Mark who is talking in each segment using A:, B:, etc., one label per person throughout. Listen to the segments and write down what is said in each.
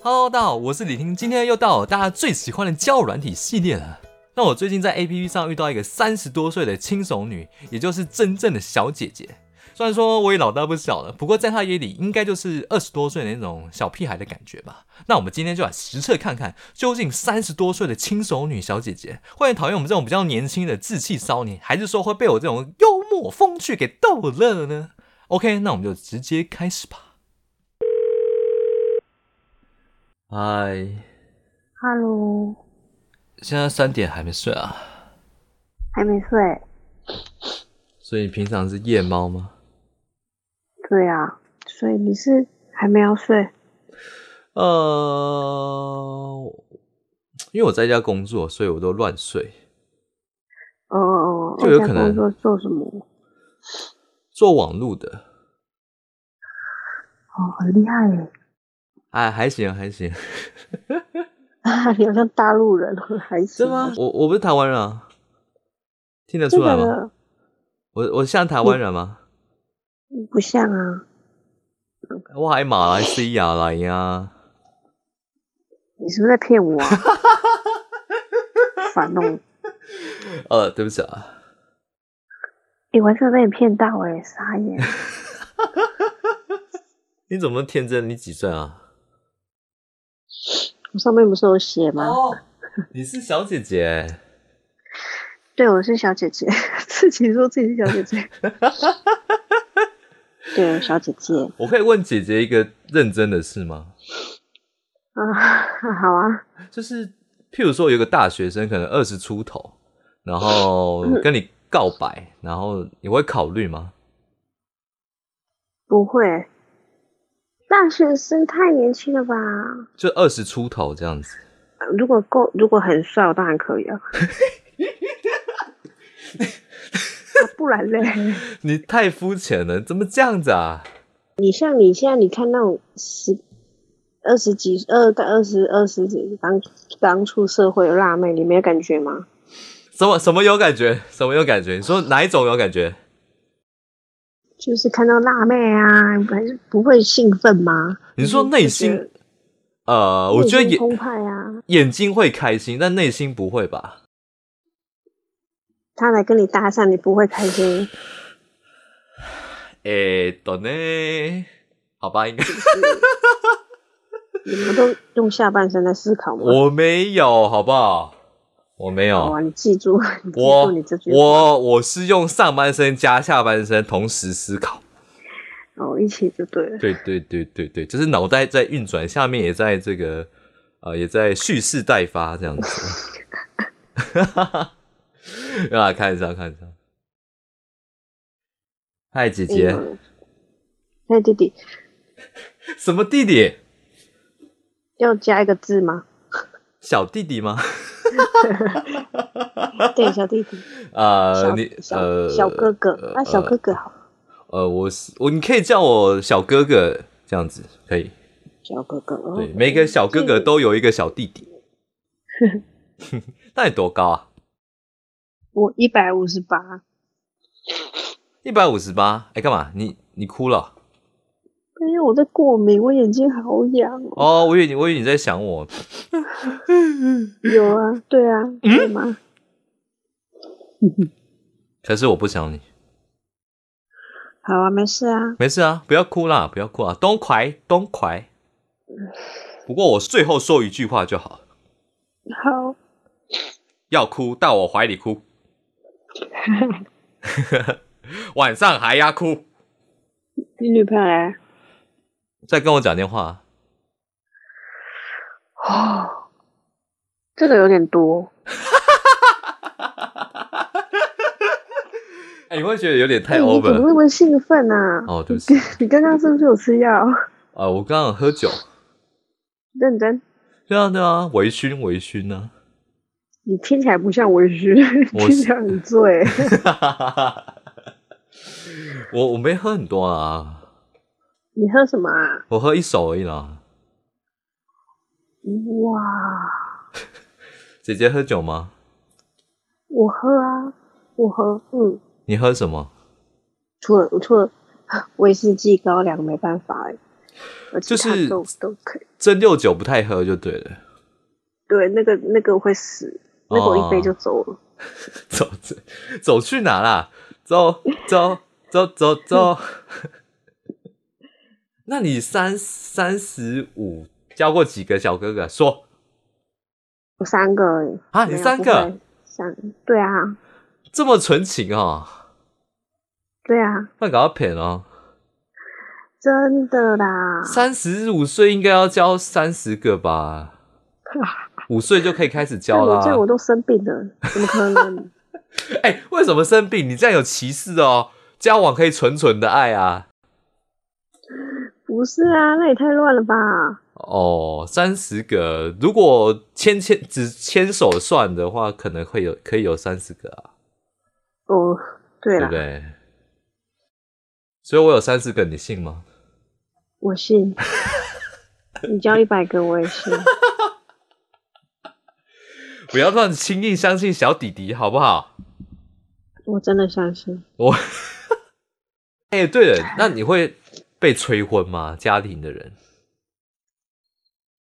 A: Hello，大家好，我是李听，今天又到了大家最喜欢的交友软体系列了。那我最近在 APP 上遇到一个三十多岁的轻熟女，也就是真正的小姐姐。虽然说我也老大不小了，不过在她眼里应该就是二十多岁的那种小屁孩的感觉吧。那我们今天就来实测看看，究竟三十多岁的轻熟女小姐姐会很讨厌我们这种比较年轻的稚气少年，还是说会被我这种幽默风趣给逗乐呢？OK，那我们就直接开始吧。嗨，
B: Hello，
A: 哎现在三点还没睡啊？
B: 还没睡？
A: 所以你平常是夜猫吗？
B: 对啊，所以你是还没有睡？
A: 呃，因为我在家工作，所以我都乱睡。
B: 哦哦哦，
A: 就有可能
B: 在工作做什么？
A: 做网路的，
B: 哦，很厉害耶！
A: 哎，还行还行，
B: 啊，你好像大陆人，还行
A: 真吗？我我不 是台湾人、啊，听得
B: 真
A: 出来
B: 的
A: 吗？
B: 吗
A: 我我像台湾人吗？
B: 不像啊，
A: 我还马来西亚来呀、
B: 你是不是在 骗我啊？烦哦！
A: 呃，对不起啊，
B: 哎、完全被你骗到哎、傻眼！
A: 你怎么那么天真？你几岁啊？
B: 我上面不是有写吗？
A: 哦，你是小姐欸姐。
B: 对，我是小姐姐， 自己说自己是小姐 姐。对，小姐姐
A: 我可以问姐姐一个认真的事吗？
B: 啊，好啊，
A: 就是譬如说，有个大学生可能二十出头，然 后跟你告白，然后你会考虑吗？
B: 不会，大学生太年轻了吧？
A: 就二十出头这样子，
B: 呃如果够，如果很帅，我当然可以 啊。啊不然嘞，
A: 你太肤浅了，怎么这样子啊？
B: 你像你现在你看那种十二十几、二二十二十几刚刚出社会的辣妹，你没有感觉吗？
A: 什么什么有感觉？什么有感觉？你说哪一种有感觉？
B: 就是看到辣妹啊，还是不会兴奋吗？
A: 你说内心，呃，我
B: 内
A: 觉得
B: 心
A: 眼
B: 澎湃啊，
A: 眼睛会开心，但内心不会吧？
B: 他来跟你搭讪，你不会开心，
A: 诶，懂呢？好吧，应该
B: 你们都用下半身来思考吗？
A: 我没有，好不好？我没有。
B: 好啊，你记住， 你记住
A: 哦我
B: 你这句话
A: 我我是用上半身加下半身同时思考，
B: 哦，一起就对 了。
A: 对对对对对，就是脑袋在运转，下面也在这个呃也在蓄势待发这样子。 啊，看一下看一下。嗨，姐姐，
B: 嗯那弟弟
A: 什么弟弟？
B: 要加一个字吗？
A: 小弟弟吗？
B: 对，小弟弟，
A: 啊呃，
B: 小
A: 你
B: 小
A: 呃
B: 小哥哥啊，小哥哥好，
A: 呃，我是我，你可以叫我小哥哥这样子，可以。
B: 小哥哥哦
A: 对，，每个小哥哥都有一个小弟 弟。那你多高啊？
B: 我一百五十八，哎
A: 一百五十八。哎，干嘛？你你哭了？
B: 因为我在过敏，我眼睛好痒哦。
A: 哦，我以为你我以为你在想我。
B: 有啊，对啊，
A: 嗯
B: 对吗？
A: 可是我不想你。
B: 好啊，没事啊，
A: 没事啊，不要哭啦，不要哭啊，Don't cry, don't cry。不过我最后说一句话就好，
B: 好，
A: 要哭到我怀里哭，晚上还要哭，
B: 你女朋友来
A: 再跟我讲电话。
B: 哦，这个有点多，
A: 哎、你会觉得有点太
B: 哎你怎么
A: over
B: 那么兴奋啊？
A: 哦，对不起，
B: 你刚刚是不是有吃药？
A: 啊，我刚刚喝酒。
B: 认真，
A: 对啊，对啊，微醺，微醺啊呢、
B: 你听起来不像微 醺，
A: 我
B: 听起来很醉。
A: 啊。 我我没喝很多啊，
B: 你喝什么啊？
A: 我喝一手而已啦。
B: 哇，
A: 姐姐喝酒吗？
B: 我喝啊，我喝，嗯，
A: 你喝什么？
B: 除了除了威士忌高粱没办法哎、而其他
A: 就是
B: 都都可以。
A: 蒸馏酒不太喝就对了，
B: 对，那个那个会死，那个我
A: 哦
B: 一杯就走了。
A: 走走走去哪啦？走走走走走。 那你三三十五交过几个小哥哥？说
B: 我三个而已
A: 啊，你
B: 没有
A: 三
B: 不
A: 个
B: 会三对啊
A: 这么纯情哦，
B: 对啊，
A: 那搞到骗哦。
B: 真的啦，
A: 三十五岁应该要交三十个吧？ 五岁就可以开始
B: 这
A: 交啦
B: 我。这我都生病了，怎么可 能？
A: 哎、为什么生病？你这样有歧视哦。交往可以纯纯的爱啊。
B: 不是啊，那也太乱了吧？
A: 哦，三十个，如果牵牵只牵手算的话，可能会有可以有三十个啊，
B: 哦，对
A: 对
B: 啦，
A: 不对？所以我有三十个，你信吗？
B: 我 信。你交一百个我也信，
A: 不要乱轻易相信小弟弟，好不好？
B: 我真的相信。
A: 我，哎、对了，那你会被催婚吗？家庭的人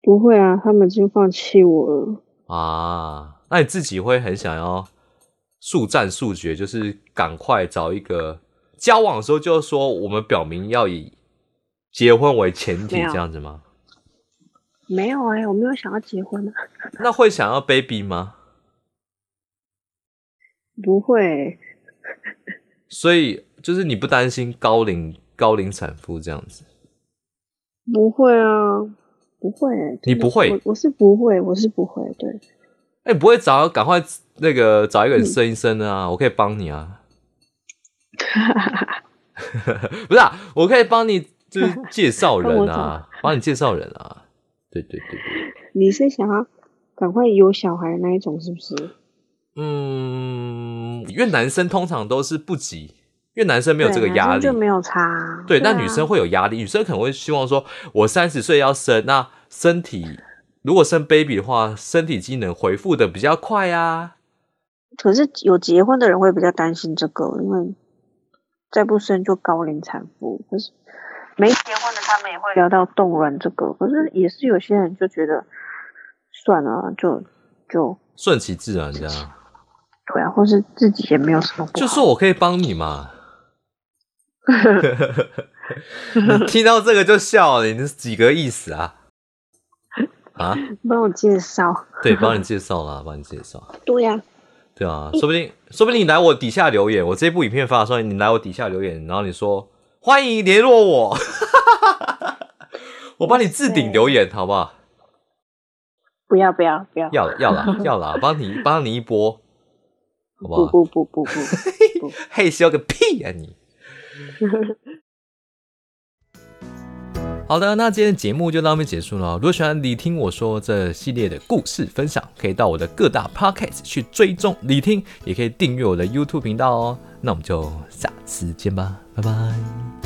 B: 不会啊，他们已经放弃我了。
A: 啊，那你自己会很想要速战速决，就是赶快找一个交往的时候，就是说我们表明要以结婚为前提
B: 没有
A: 这样子吗？
B: 没有哎、我没有想要结婚啊。
A: 那会想要 baby 吗？
B: 不会、
A: 所以就是你不担心高龄高龄产妇这样子？
B: 不会啊，不会、欸
A: 你不会
B: 我我是不会，我是不会。对，
A: 哎、不会找赶快那个找一
B: 嗯
A: 个人生一生啊，我可以帮你啊。 不是啊，我可以帮你就是 介绍
B: 帮我
A: 人
B: 找
A: 啊，帮你介绍人啊。对对对对。
B: 你是想要赶快有小孩那一种，是不是？
A: 嗯，因为男生通常都是不急，因为男生没有
B: 对
A: 这个
B: 男
A: 压
B: 生
A: 力
B: 就。没有差啊。
A: 对，那
B: 啊
A: 女生会有压力，女生可能会希望说，我三十岁要生，那身体如果生 baby 的话，身体机能恢复的比较快啊。
B: 可是有结婚的人会比较担心这个，因为再不生就高龄产妇。可是没结婚的他们也会聊到冻卵这个，可是也是有些人就觉得算了啊，就就
A: 顺其自然这样，
B: 对啊，或是自己也没有什么不
A: 就
B: 好。
A: 说我可以帮你嘛。你听到这个就笑了，你这几个意思啊？啊，
B: 帮我介绍，
A: 对，帮你介绍啦，帮你介绍。
B: 对呀、
A: 对啊，说不定说不定你来我底下留言，我这部影片发的时候，你来我底下留言，然后你说欢迎联络我， 我帮你置顶留言，好不好？
B: 不要不要不要，
A: 要要啦要啦，帮你帮你一波，好不
B: 不
A: 好？
B: 不不不不，
A: 嘿羞个屁啊你！ 好的，那今天的节目就到这边结束了哦。如果喜欢你听我说这系列的故事分享，可以到我的各大 podcast 去追踪你听，也可以订阅我的 YouTube 频道哦。那我们就下次见吧，拜拜。